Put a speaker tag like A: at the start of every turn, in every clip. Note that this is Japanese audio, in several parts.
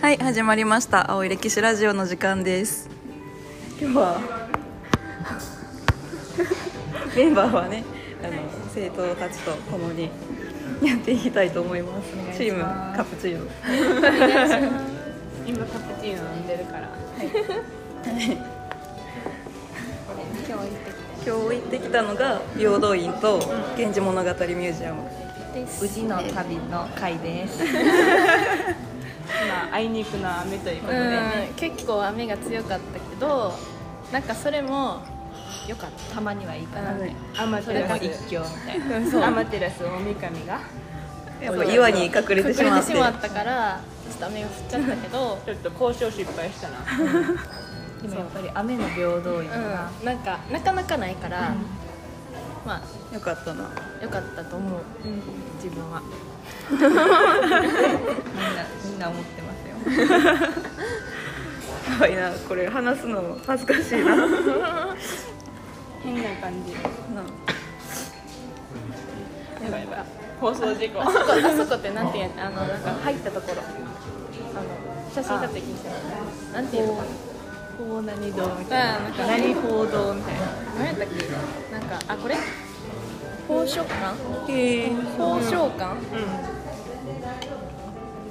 A: はい始まりました青い歴史ラジオの時間です今日はメンバーはねあの生徒たちと共にやっていきたいと思います
B: お願いします
A: チームカプチーノ
B: 今カプチーノ飲んでるから今日行って
A: 今日行ってきたのが平等院と源氏物語ミュージアム
B: きてうちの旅の会です今あいにくの雨ということで、ね、
C: うん、結構雨が強かったけどなんかそれも良かった
B: まにはいいかな、
A: ね
B: アマテラス一強みたいなアマテラス大神が
A: やっぱ岩に隠れ
C: 隠れ
A: て
C: て
A: し
C: し
A: ま
C: ま
A: って
C: ったからちょっと雨が降っちゃったけど
B: ちょっと交渉失敗したなでもやっぱり雨の平等院が、
C: うん、なんかなかなかないから、ま
A: よかったな
C: あ良かったと思う、自分は
B: みんなみんな思ってますよ
A: やばいなこれ話すの恥ずかしいなな
B: 変な感じやばいやばい放送事故
C: あそこあそこってなんていうんやあのなんか入ったところあの写真撮ってきてなんていうのかな
B: 法何堂み
C: たいな
B: 何報道みたいな
C: 何やったっけなんかあこれ宝飾館
A: へえ
C: 宝飾館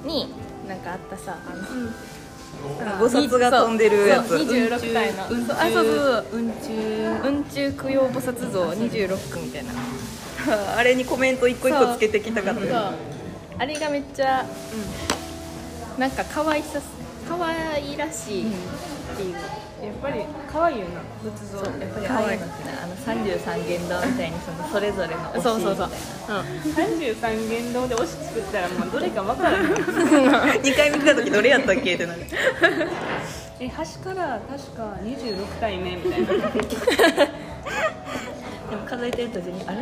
B: う
C: になんかあったさあの
A: 五冊が飛んでるやつ
C: そう
A: う
B: うん
C: 26回の
B: うん
C: そうあそうそう
B: うん中
C: そう雲中供養菩薩像26区みたいな
A: あれにコメント一個一個つけてきたかっ
C: そ
A: た
C: う
A: よ
C: あれがめっちゃ、なんか可愛さ可愛らしいっていう、
B: やっぱり可愛いよな仏像やっぱり可愛いのってなあの三十三元堂みたいにそのそれぞれの推し
C: そうそうそう、
B: 三十三元堂で推し作ったらもうどれか分からない
A: 2回見た時どれやったっけってなる
B: え端から確か二十六体目みたいなでも数えてる途中にあれ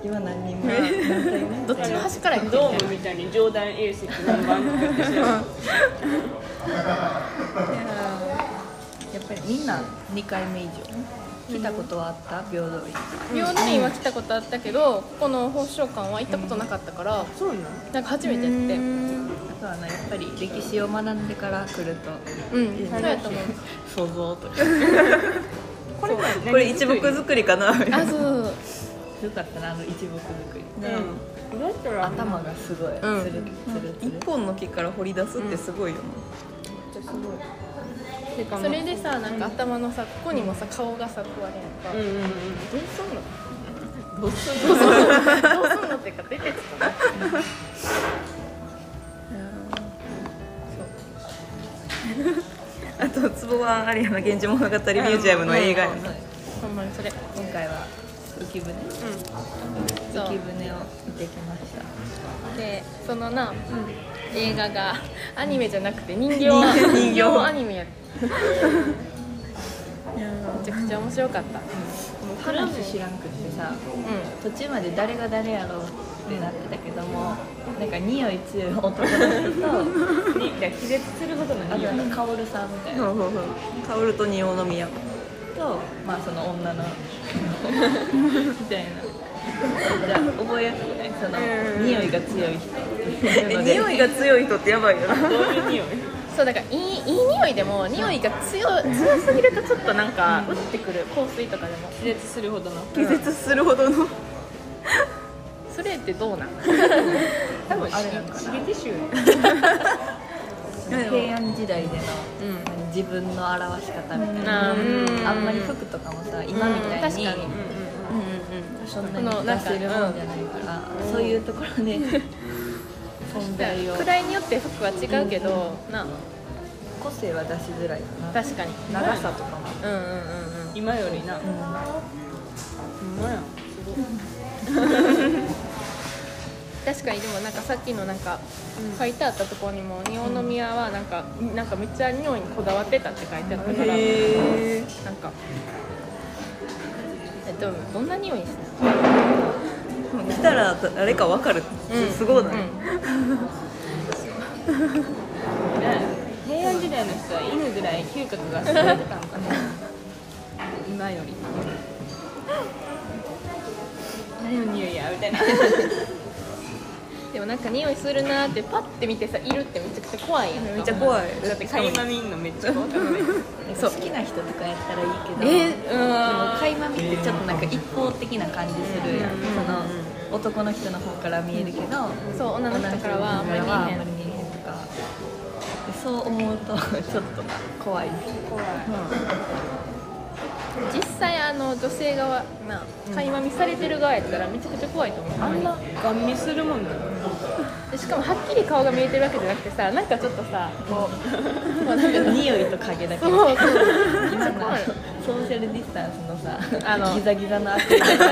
B: 今何人目何体目
C: うん、どっちの端からやって
B: ドームみたいに上段 A 席何番とかってしまうやっぱりみんな2回目以上来たことはあった平等院
C: 妙理院は来たことあったけどここの宝生館は行ったことなかったから、
B: そうなの
C: なんか初めてやって
B: あとはなやっぱり歴史を学んでから来ると
C: うん、そうやと思う
B: 想像とか
A: これこれ一目作りかなみたいな
C: あそう
B: よかったなあの一木作り、
C: どうやったら
B: 頭がすごい、
C: ん
B: つるつるつる
A: 一本の木から掘り出すってすごいよな
C: それでさなんか頭のさここにもさ顔がさこうあれやんか、
B: うんうんうん
C: どうすんの
B: どうす
C: どうすんのどうすんのっていうか出てきたな
A: あと壺はあれやな「源氏物語ミュージアム」の映画やな
C: ほんまにそれそ
B: 今回は浮舟、
C: う
B: 浮舟を見てきました
C: でそのな、映画がアニメじゃなくて人形
A: 人形
C: 人形アニメやめちゃくちゃ面白かった
B: 話知らんくってさ
C: う
B: 途中まで誰が誰やろうってなってたけども、なんか匂い強い男の人と気絶するほどの匂いあと薫さんみたいな、
A: そうそうそう薫と仁王の宮
B: と、まあ、その女のみたいなじゃあ覚えやすくないその匂いが強い人っていう
A: え
B: ので
A: 匂いが強い人ってやばいよな
B: どういう匂い
C: んそうだからいいいい匂いでも匂いが強強すぎるとちょっとなんか打ってくる香水とかでも
B: 気絶するほどの
A: 気絶するほどの
C: それってどうなん
B: 多分あれなの
C: テ
B: かな
C: ィシュ
B: 平安時代での、自分の表し方みたいな、
C: うん
B: あんまり服とかもさ今みた
C: う
B: いに,、
C: ん確かに
B: そんなに出せるもんじゃないから、そういうところ で存在を
C: 位によって服は違うけど、な
B: 個性は出しづらいかな
C: 確かに
B: 長さとかも、
C: うんうんうんうん
B: 今よりな、うん、
C: 確かにでもなんかさっきのなんか書いてあったところにも仁王の宮はなんかなんかめっちゃ匂いにこだわってたって書いてあったからなん
A: へえ
C: かえでもどんな匂いして
A: 来たら誰か分かる
C: うん
A: すごいな
C: うん
B: 平安時代の人は犬ぐらい嗅覚が優れてたのかな今より何の匂いやみたいな
C: でもなんか匂いするなーってパッて見てさいるってめちゃくちゃ怖いやんか
A: めっちゃ怖い
C: だって垣間見んのめっちゃ怖くない
D: 好きな人とかやったらいいけど
C: え
D: で
C: う
D: も
C: ん
D: 垣間見ってちょっとなんか一方的な感じするやん
C: うん
D: その男の人の方から見えるけど
C: そう女の人からはあんまり見えへん
D: 見えへんとかでそう思うと ちょっと怖い
C: 怖い実際あの女性側な垣間見されてる側やったらめちゃくちゃ怖いと思うあんな
B: ガン見するもんね
C: でしかもはっきり顔が見えてるわけじゃなくてさなんかちょっとさこうこうなんか
D: 匂いと影だけ
C: そうそう
D: なんかソーシャルディスタンスのさ
C: あの
D: ギザギザの悪い感じ
C: そ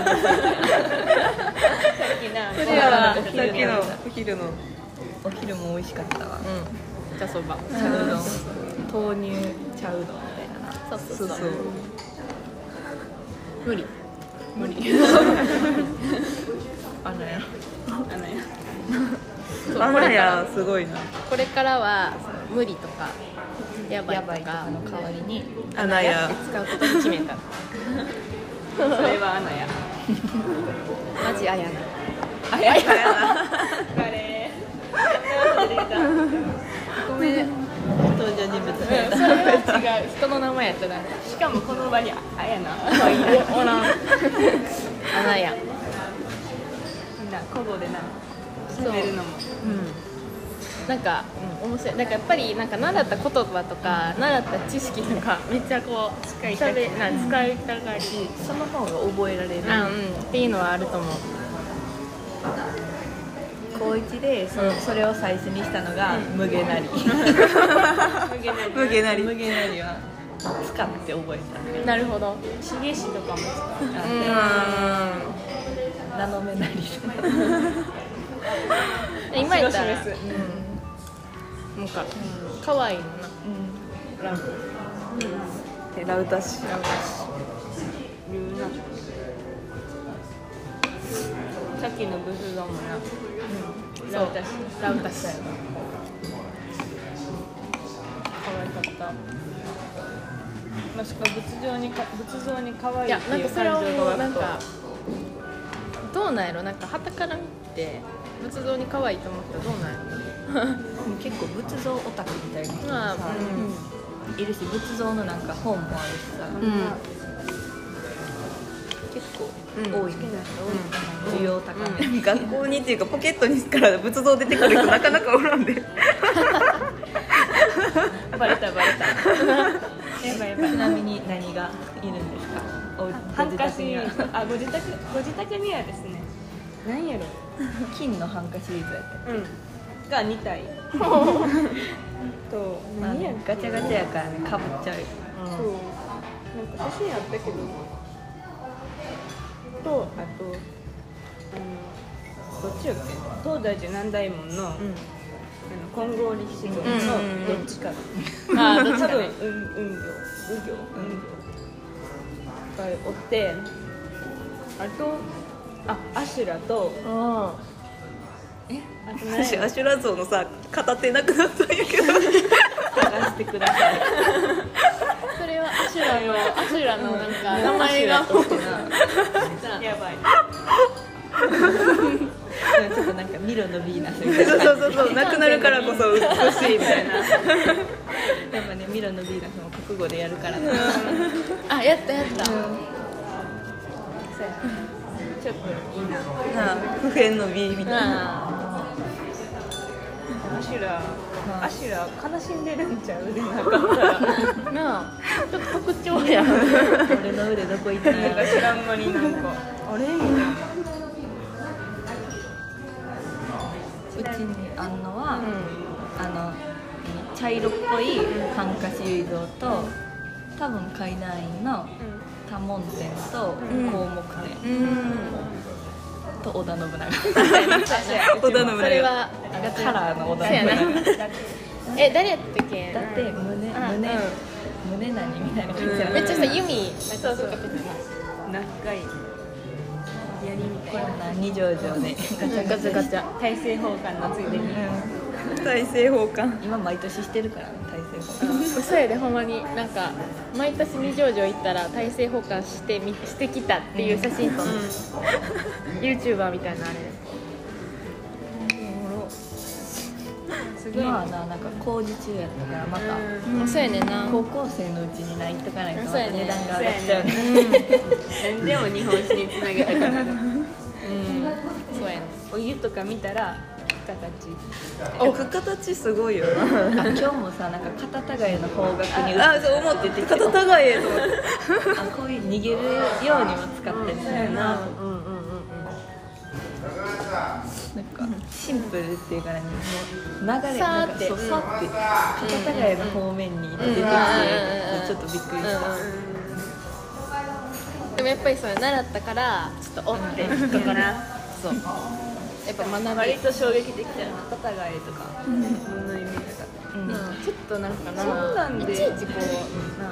A: それ
C: れは
A: はさっきのお昼の
D: お昼も美味しかったわ
C: じゃそば
D: 茶うどん豆乳茶うどんみたいな
C: そうそ
A: そう
C: う
A: そ
C: そうう無理無理
D: あのね
C: そう
A: あ
C: こ
A: ら
C: れから
A: やすごいな
C: これからは無理とかやばい
D: や
C: と
D: ばいと
C: か
D: かの代わりに
A: あらや
C: 使うことに決めたそれはアナやマジアヤアヤあれごめん
D: 登場人物
C: うんそれは違う人の名前やったなしかもこの場にあやなおおらんあなや
B: みんな古語でな
C: そう
B: 喋るのも
C: なんか、うん、面白いなんかやっぱりなんか習った言葉とか習った知識とかめっちゃこう使いたがり使いたがり
D: その方が覚えられる
C: あうんっていうのはあると思う
D: 高一でそ,、それを最初にしたのが無限なり
A: 無限なり
D: 無限なりは使って覚えたね
C: なるほど
B: しげしとかもさ
A: う
D: ナノメなり
C: 今やったら、
B: 白示
C: うん、なんか可愛いのな
A: ーんラウタ氏
B: 言うなさっきの仏像もな
C: ラウタシラウタシ
B: 可愛かったまあしかも仏像にか仏像に可愛
C: い
B: い
C: や
B: って
C: なん
B: い
C: か
B: う
C: それは
B: 感情
C: も
B: が
C: うなん
B: 湧
C: か
B: くと
C: どうなんやろなんか旗から見て仏像に可愛いと思ったらどうなんやろ
D: 結構仏像オタクみたいな人
C: まあ
D: さ、いるし仏像のなんか本もあるしさ、
C: うん
D: 結構
A: うん
D: 多いね、需要高め、
A: 学校にっていうかポケットにから仏像出てくる人なかなかおらんで
D: バレたバレたちなみに何がいるんですかおご
B: ハン
D: 自
B: カ
D: 宅
B: チ
D: には
B: あご自宅ご自宅にはですねなんやろ
D: 金のハンカシリーズやった
B: うんが2体と
D: まあ
B: 何や
D: ね
B: ろ
D: ガチャガチャやからねかぶっちゃうよ
B: そうなんか写真あったけどとあとあのどっちやっけ東大寺南大門の,、あの金剛力士像の
A: んうんうん
B: どっち
C: あ
B: か、
C: ーどっち
B: 多
C: か
B: 分
C: ね
B: 運運行運行運行がおってあとあアシュラとえあと何や
A: 私アシュラ像のさ片手なくなったんやけど
B: 探してください
C: それはアシュラのアシュラのなんか名前が
D: 面白いな
B: や ばい
D: ちょっとなんかミロのヴィーナスみたい
A: そう
D: な
A: そうそうそうなくなるからこそ美しいみたいな
D: やっぱねミロのヴィーナスも国語でやるからな
C: あやったやった
B: ちょっといいな
A: なあ普遍の美みたいな
C: あ
B: アシュラ
D: まあ
B: アシュラ悲しんでるんちゃうでなかったら
C: ーなあちょっと特徴やん
D: 俺の腕どこ行ったん
B: なん
D: や
B: か知らん間になんかあれみたいな
D: うちにあんのは、あの茶色っぽいハンカチ入像と多分海南院の多聞天と
A: ん
D: 項目
A: う
D: 天
A: ん
D: と織田信長
A: 織田信長
C: それはガチ
D: カラーの織田
C: そうや
D: 信
C: な
D: 長
C: え誰やったっけ
D: だって胸
C: あ
D: 胸
C: うん
D: 胸何みたいな感じ
A: うん
C: めっちゃさ弓そうそう
B: 仲いい槍みたい
D: これ
B: な
D: な二条城で
C: ガチャガチャ
B: 大政奉還のついでに
A: 大政奉還
D: 今毎年してるからね大政奉
C: 嘘やでほんまになんか毎年二条城行ったら大政奉還してみしてきたっていう写真撮る、ユー YouTuber みたいなあれすごい、
D: 今はななんか工事中やったからまた、
C: うんそうやねんな
D: 高校生のうちになっとかないとま
C: そう
D: た
C: やね
D: 値段が上がっちゃうね
B: 何でも日本史につなげたくな
C: うん
B: る
C: そうやね
B: お湯とか見たら形
A: お形すごいよな
D: あ今日もさなんか肩たがいの方角に打
A: あそう思ってて肩たがえと思って
D: あこういう逃げるようにも使ったりするなうんうんうんなんかシンプルっていうからねもう流れなんか
C: さーって
D: そうさーって肩たがいの方面に出てきてちょっとびっくりした
C: でもやっぱりそれ習ったからちょっとおって引っかかるや
D: そう
C: っぱ学び
B: 割と衝撃的だよね肩がえとかそんなイメージだ
D: うん
C: ちょっとなんかな
B: そんなんで
C: いちいちこ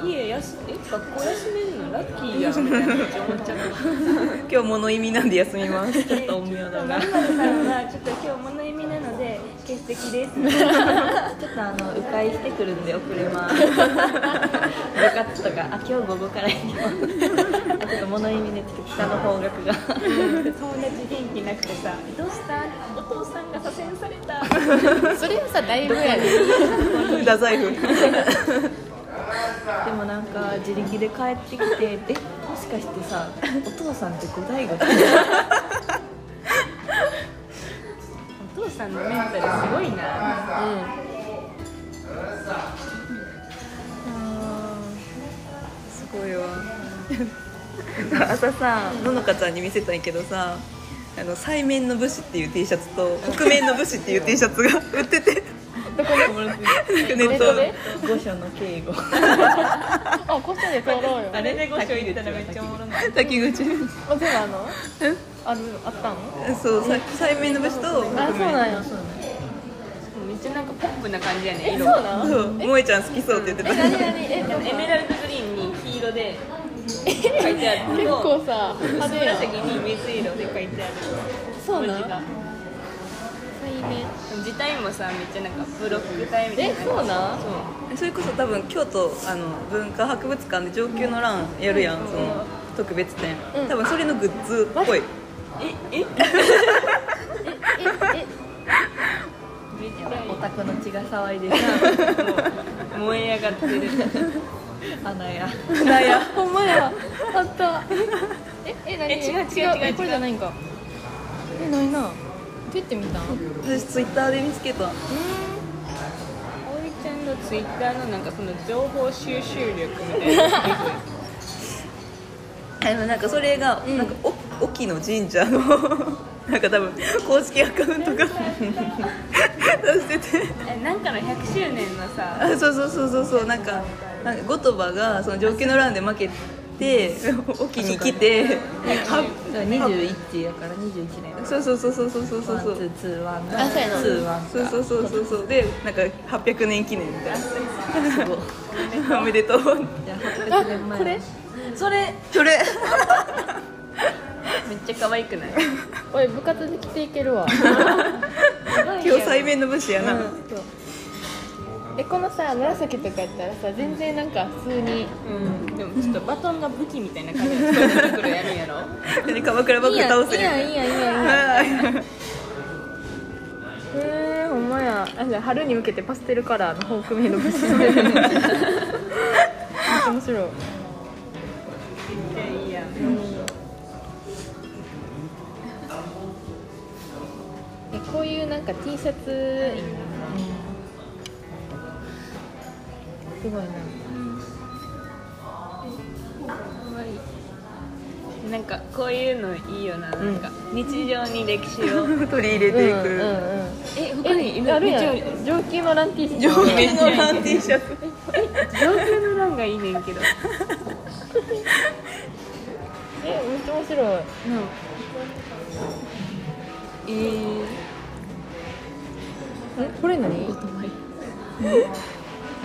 B: 家やしえ学校休めるのラッキーやんみたいなめっちゃ思っちゃう
A: 今日物意味なんで休みますちょっと音量だ
B: 何
A: な
B: だろうなちょっと今日物意味なので欠席です
D: ちょっとあの迂回してくるんで遅れます。部活とかあ今日午後から行きます。あちょっと物意味でちょっと北の方角が。
B: 友達元気なくてさ「どうしたお父さんが左遷された」
C: うそれはさだいぶやね
A: 太宰府
D: でもなんか自力で帰ってきてえもしかしてさお父さんって五大五。
B: お父さんのメンタルすごいな
A: すごいわ朝さののかちゃんに見せたんやけどさあの西面の武士っていう T シャツと北面の武士っていう T シャツが 売ってて
C: どこでもらっていい
A: なんかネッ
C: ネット
A: ト
C: で
A: で
D: 五所の敬語。
C: あこっちで撮ろうよ
B: あれでご所行ったらめっちゃおもろない
A: 滝口
C: あ全部あんのあるあったの
A: そうさ西面の武士と
C: あそうなんやそう
B: めっちゃなんかポップな感じやね色
C: なん
A: そう萌えちゃん好きそうって言ってた
C: 何々えでも
B: エメラルドグリーンに黄色で書いてある
C: 結
B: のと
C: 構さ派手やん
B: 紫に水色で書いてある
C: そうなん
B: 文字が
C: 対面
B: でも字体もさめっちゃなんかブロック体みたい
C: え
B: な
C: そうなん
B: そう
A: それこそ多分京都あの文化博物館で上級の欄やるやん、その特別展、
C: うん
A: 多分それのグッズっぽい
B: ええ
C: ええ
B: めっちゃい
D: オ
B: い
D: タクの血が騒いでさ
B: 燃え上が ってる
D: 穴や。
C: なんや ほんまやあったええ何
B: え違う違う違う違う
C: これじゃないんかえないなどうやって見たんうーん
A: 私ツイッターで見つけた
B: 葵ちゃんのツイッターのなんかその情報収集力みたいな
A: でもなんかそれが、なんかお沖の神社の なんか多分公式アカウントが出してて
B: えなんかの100周年のさ
A: あそうそうそうそうそうなんかなんかゴトバがその上級の欄で負けて沖に来ては
D: 二十一やから二十一年。
A: そうそうそうそうそうそうそう
D: ワンツーツーワン
C: あそうやな
D: ツーワン
A: そうそうそうそうそうでなんか800年記念みたいな おめでとう
D: じゃあ800年前
C: これ
A: それそれ
B: めっちゃ可愛くない
C: おい部活で着ていけ るわ
A: 今日最面の武士やな、
C: えこのさ紫とかやったらさ全然なんか普通に
B: うんでもちょっとバトンが武器みたいな感じでそういうところやるんやろ
A: で鎌倉幕府倒せ
C: いい
A: る
C: やんいいやんいいやんいいやんへえほんまやあじゃあ春に向けてパステルカラーのホークメイドが進めてる面白い
B: いや
C: えこういうなんか T シャツすごいな
B: なんかこういうのいいよななんか日常に歴史を
A: 取り入れていく、
C: うんうんうん
B: え
C: えあるやん上級のラン T シャツ上
A: 上級のラン T シャツ
B: 上級の欄がいいねんけど
C: えめっちゃ面白い
B: えー、
C: えこれ何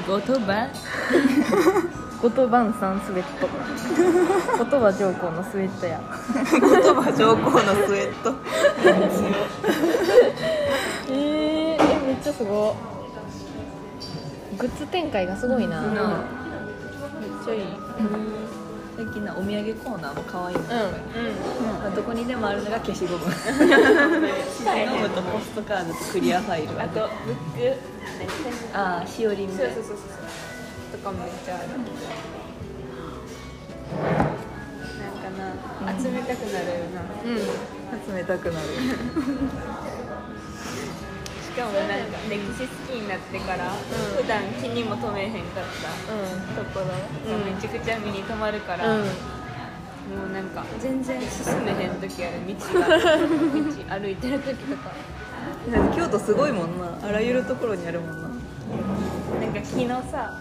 D: ごとば
C: 後藤晩さんスウェット後藤は上皇のスウェットや
A: 言葉上皇のスウェット
C: えー、えめっちゃすごいグッズ展開がすごいな、
B: なめっちゃいい
D: 最近なお土産コーナーも可愛いのとか、
C: う
D: まあどこにでもあるのが消しゴム飲むとポストカードとクリアファイル
B: あとブック
D: ああしおりみ
B: そ
D: たいうな
B: そうそうそうとかもめっちゃあるなんかな集めたくなるよな、
C: んうん
D: 集めたくなる
B: しかもなんか歴史好きになってから、普段気にも留めへんかったところがめちゃくちゃ身に留まるから、
C: うん
B: もうなんか全然進めへん時ある道が 道歩いてる時とか
A: 京都すごいもんなあらゆるところにあるもんな
B: なんか木のさ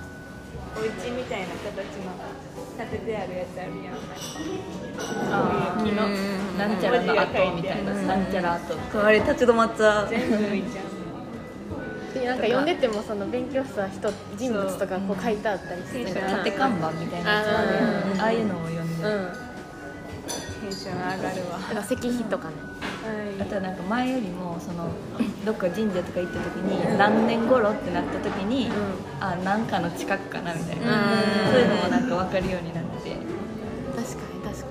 B: お家みたいな形の建ててあるやつあるやん
D: あ
B: 木の
D: なんちゃらの後みたいな、
B: うん
D: なんちゃら後
A: そうあれ立ち止まっちゃう
B: 全部浮いちゃう
C: でなんか読んでてもその勉強した人人物とかこう書いてあったりして
B: そう
D: 縦看板みたいなやつあるやんああいうのも読んで
C: う
D: る、
C: ん
B: テンション上がるわ
C: だから石碑とかね
D: あとはなんか前よりもそのどっか神社とか行った時に何年頃ってなった時に、あなんかの近くかなみたいな、
C: うん
D: そういうのもなんか分かるようになって
C: 確かに確か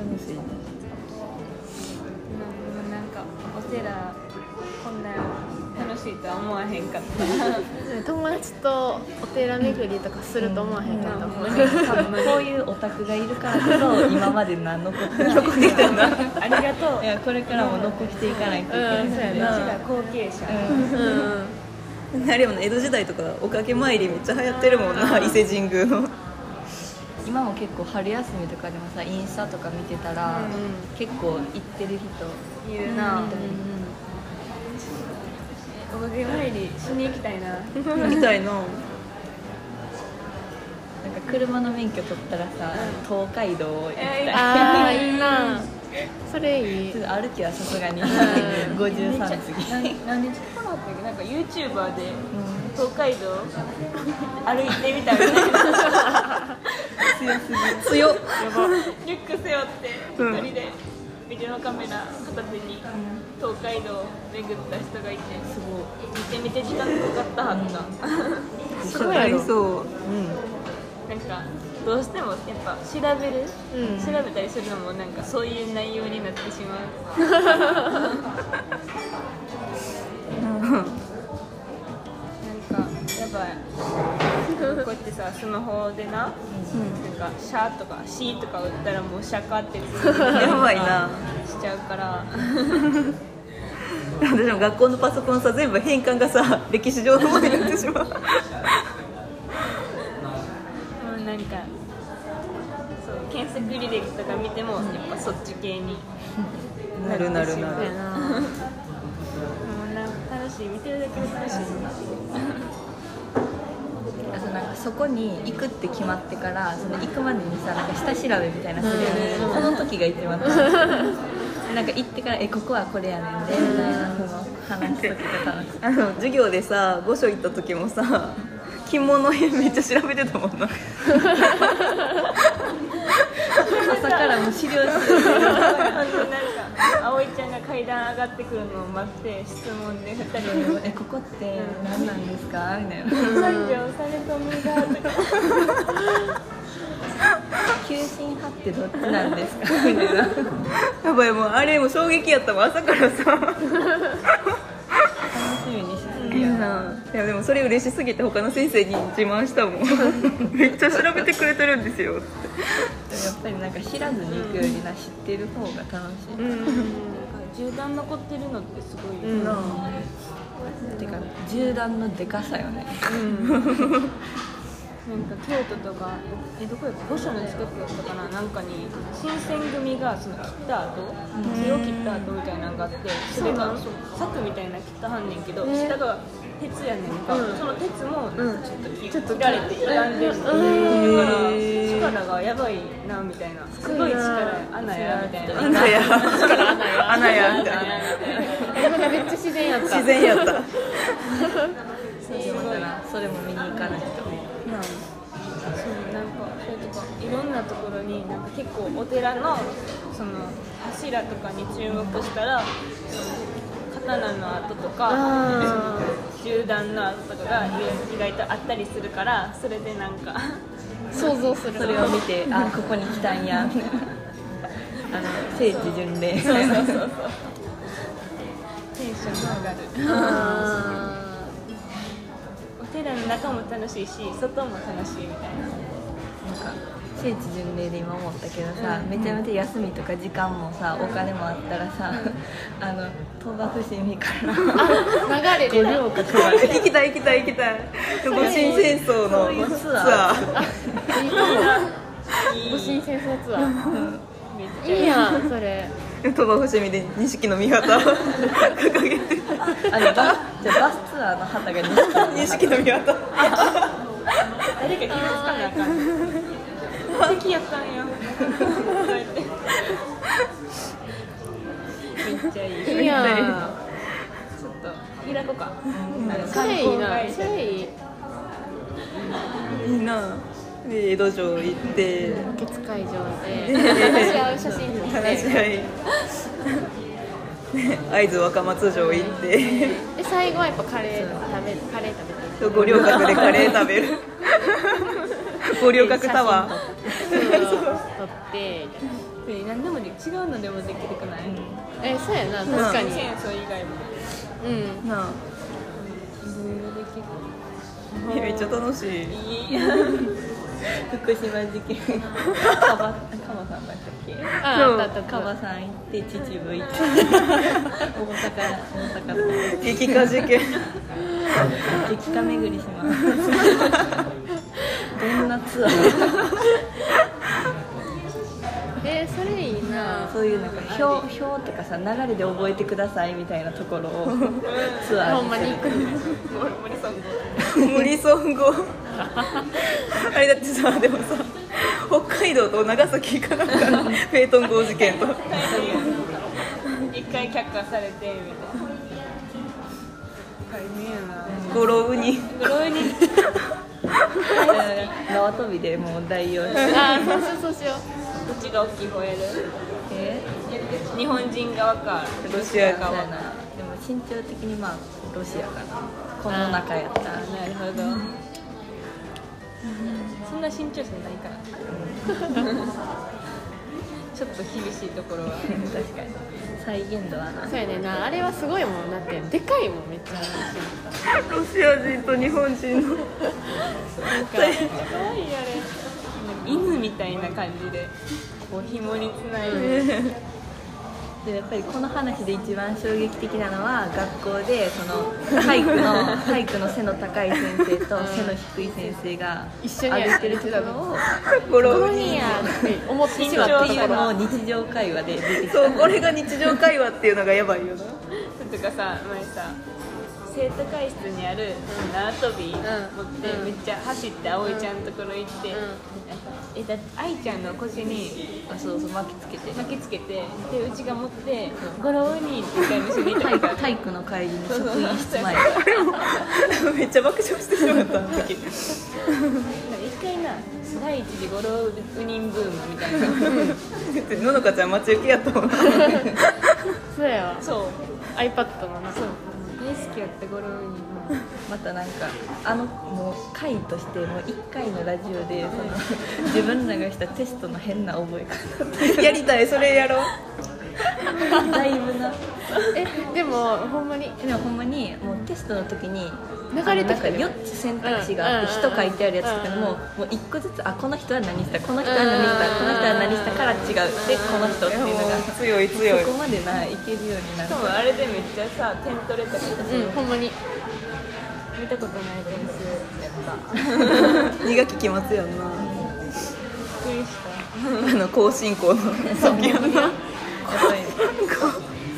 D: 楽しい
B: 今もなんかお寺こんな楽しいとは思わへんかった
C: に友達とお寺巡りとかすると思わへんかったもんね
D: 多分こういうオタクがいるからこそ今までな残って残ってきたんだ
B: ありがとう
D: いやこれからも残していかないといけない、
C: うんそうや
B: うちら後継者
C: うん
A: あれも江戸時代とかおかげ参りめっちゃ流行ってるもんな伊勢神宮の
D: 今も結構春休みとかでもさインスタとか見てたら、結構行ってる人
B: いるなおかげ参りしに行きたいな
A: みたいな
D: なんか車の免許取ったらさ、東海道行きたい、
C: ああいいなそれいい
D: ちょっと歩きはさすがに、
C: ん
D: 53次
B: 何何日かなったっけなんか YouTuber で東海道歩いてみたみたいな
A: 強っ
B: リュック背負って一人でビデオカメラ片手に東海道を巡った人がいてすごいめちゃめちゃ時間かかったはずだ
D: す
A: かかりそう
B: なんかどうしてもやっぱ調べる、
C: うん
B: 調べたりするのもなんかそういう内容になってしまうなんかやばいこうやってさスマホでな、なんか「シャ」とか「シ」とか打ったらもう「シャカ」ってついて
A: やばいな
B: しちゃうから
A: 私も学校のパソコンさ全部変換がさ歴史上のものになってしまう
B: もうなんかそう検索履歴とか見てもやっぱそっち系に
A: なるなるな
B: そうやなもうなんか楽しい見てるだけで楽しい
D: あとなんかそこに行くって決まってからその行くまでにさなんか下調べみたいなするよね、この時が一番楽しいなんか行ってから「えここはこれやねんで」みたいなその話す時が楽しい
A: あの授業でさ御所行った時もさ着物編めっちゃ調べてたもんな
D: 朝からもう資料室
B: なんか葵ちゃんが階段上がってくるのを待って質問で2人で
D: えここって何なんですか?」みたいな
B: 「三条されとみが」とか
D: 「求心派ってどっちなんですか?」みたいな
A: やばいもうあれも衝撃やったもん朝からさ
D: 趣味にしす
A: いやでもそれ嬉しすぎて他の先生に自慢したもんめっちゃ調べてくれてるんですよ
D: やっぱりなんか知らずに行くよりな知ってる方が楽しい、
B: 銃弾残ってるのってすごい
C: う
B: よ、
C: ん
D: てか銃弾のでかさよね
B: なんか京都とかえどこやった御所の近くだったかななんかに新選組がその切った後木を切った後みたいなのがあってそれが柵みたいなの切ったはんねんけど下が鉄やねんか、その鉄もちょっと切,、切られて歪んでるっていうから力がやばいなみたいなすごい力穴やみたいな
A: 穴や穴やみたいな
C: めっちゃ自然やった
A: 自然やった
D: それも見に行かないと
B: なんそうなんかそれとかいろんなところになんか結構お寺のその柱とかに注目したらその刀の跡とか
C: あ
B: 銃弾の跡とかが意外とあったりするからそれでなんか
C: 想像する
D: それを見てあここに来たんやあの聖地 巡礼
B: テンションが上がる
C: あ
B: お寺の中も楽しいし外も楽しいみたいな
D: なんか聖地巡礼で今思ったけどさ、めちゃめちゃ休みとか時間もさお金もあったらさ、あの鳥羽伏見から
C: ー流れでな
D: 5秒かかる
A: 行きたい行きたい行きたい戊辰戦争
D: そういう
A: の
D: ツ
A: ツ
D: ア
A: ア
D: ー
A: ー
C: いいかもご神戦争ツアーいいやんそれ
A: 鳥羽伏見で錦の御旗を掲げ て
D: あのバじゃあバスツアーの旗が2時間
A: 錦の御旗
B: 誰か気がつかなあかん ね敵やったんやそうやってめっちゃいい
C: いいやん
B: ちょっと開こうか、あの
C: それいいな
B: 観光会
C: そ
B: 社
C: れ いい
A: いいなで江戸城行って
C: 受付会場で話し合う写真撮って
A: 話し 合いね会津若松城行って
C: で最後はやっぱカレー食べカレー食べて
A: そう五稜郭でカレー食 べる五稜郭タワー
C: 撮って
B: で何でもで違うのでもできるくない、
C: えそうやな確かに
B: 戦争以外も
C: うん
A: なあ
B: いろいろできる
A: えめっちゃ楽しい
D: 福島事件カバカバさんだったっけ
C: あ
A: そう
C: あったあった
D: カ
C: あ
D: バ
C: っ
D: さん行って秩父行って大阪大阪
A: 激化事件
D: 激化巡りします どんなツアー
C: たえそれいいな
D: そういうなんか表表とかさ流れで覚えてくださいみたいなところをツア
C: ほん
D: ーに
C: まに行く
A: 無理ソングをあれだってさでもさ北海道と長崎行かなかったフェイトン号事件と
B: 一回却下されてみたいな大変やな
A: 五郎ウニ
B: グローに
D: 縄跳びでもう代用して
C: あそうしようそうしよ
B: うちが大きい方やる
D: え
B: 日本人側か
A: ロシア
D: そうや
B: 側
D: なでも身長的にまあロシアかなこの中やったら
B: なるほどそんな身長差ないから ちょっと厳しいところは
D: 確かに再現度はな
C: うそうやねんなあれはすごいもんだってでかいもんめっちゃな
A: ロシア人と日本人の
C: んかい
B: 可愛いあれ犬みたいな感じでこう紐につないで、
D: でやっぱりこの話で一番衝撃的なのは学校でそ の体育の体育の背の高い先生と背の低い先生が
C: 一緒に
D: 歩いてる姿を
A: 五
C: こ
A: 郎
C: の
A: ウニ
C: 日やって思ってしま
D: っ
C: ってた
D: いうのを
C: から
D: 日常会話で出てきた
A: そうこれが日常会話っていうのがやばいよな
B: とかさ前さ生徒会室にある縄跳び持って、
C: うん
B: めっちゃ走って葵ちゃんのところ行って、
C: うん
B: えだって愛ちゃんの腰に
D: あそうそう巻きつけて
B: 巻きつけてでうちが持って「ゴロウニ」って言ってに行った
D: 体
B: りとか
D: 育 体育の会議に職員室前
A: めっちゃ爆笑してしまったあの時
B: 一回な第一次ゴロウニンブームみたいな
A: ののかちゃん待ち受けやったもん
C: そうやわ
B: そう
C: iPad のなそう
B: 大好きやったゴロウニンブーム
D: またなんかあのもう会としてもう1回のラジオで その自分らがしたテストの変な覚え方
A: やりたいそれやろう
D: だいぶな
C: えでもほんまに
D: でもほんまにもうテストの時に
C: 流れてき
D: あのなんか
C: てる
D: 4つ選択肢があって
C: うん
D: 「人」書いてあるやつとか
C: うん
D: ももう1個ずつあこの人は何したこの人は何した
C: うん
D: この人は何したから違うでこの人っていうのが
A: 強い強い
D: そこまでないけるようにな
B: しか
D: る
B: もあれでめっちゃさ点取れたりとか
C: うんほんまに
B: 見たことない点数やった
A: 2学期期末やんな
B: びっくりした
A: あの高進校の時やんな
D: やっぱり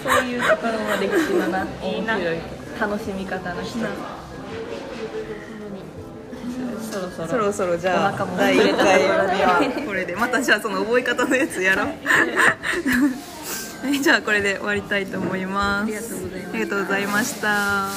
D: そういうところも歴史のな面白い楽しみ方の人そろそろ
A: そろそろじゃ
D: お腹
A: あ
D: も
A: 第
D: 膨れ
A: 1
D: た
A: 回はこれでまたじゃあその覚え方のやつやろう はいじゃあこれで終わりたいと思いますありがとうございました